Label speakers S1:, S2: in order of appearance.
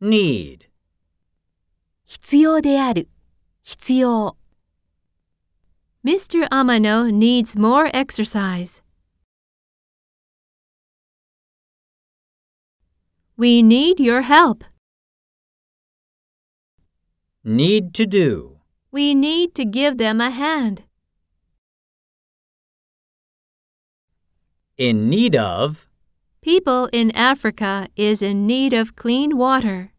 S1: need,
S2: 必要である、必要。
S3: Mr. Amano needs more exercise. We need your help.
S1: need to do,
S3: We need to give them a hand.
S1: in need of,
S3: People in Africa is in need of clean water.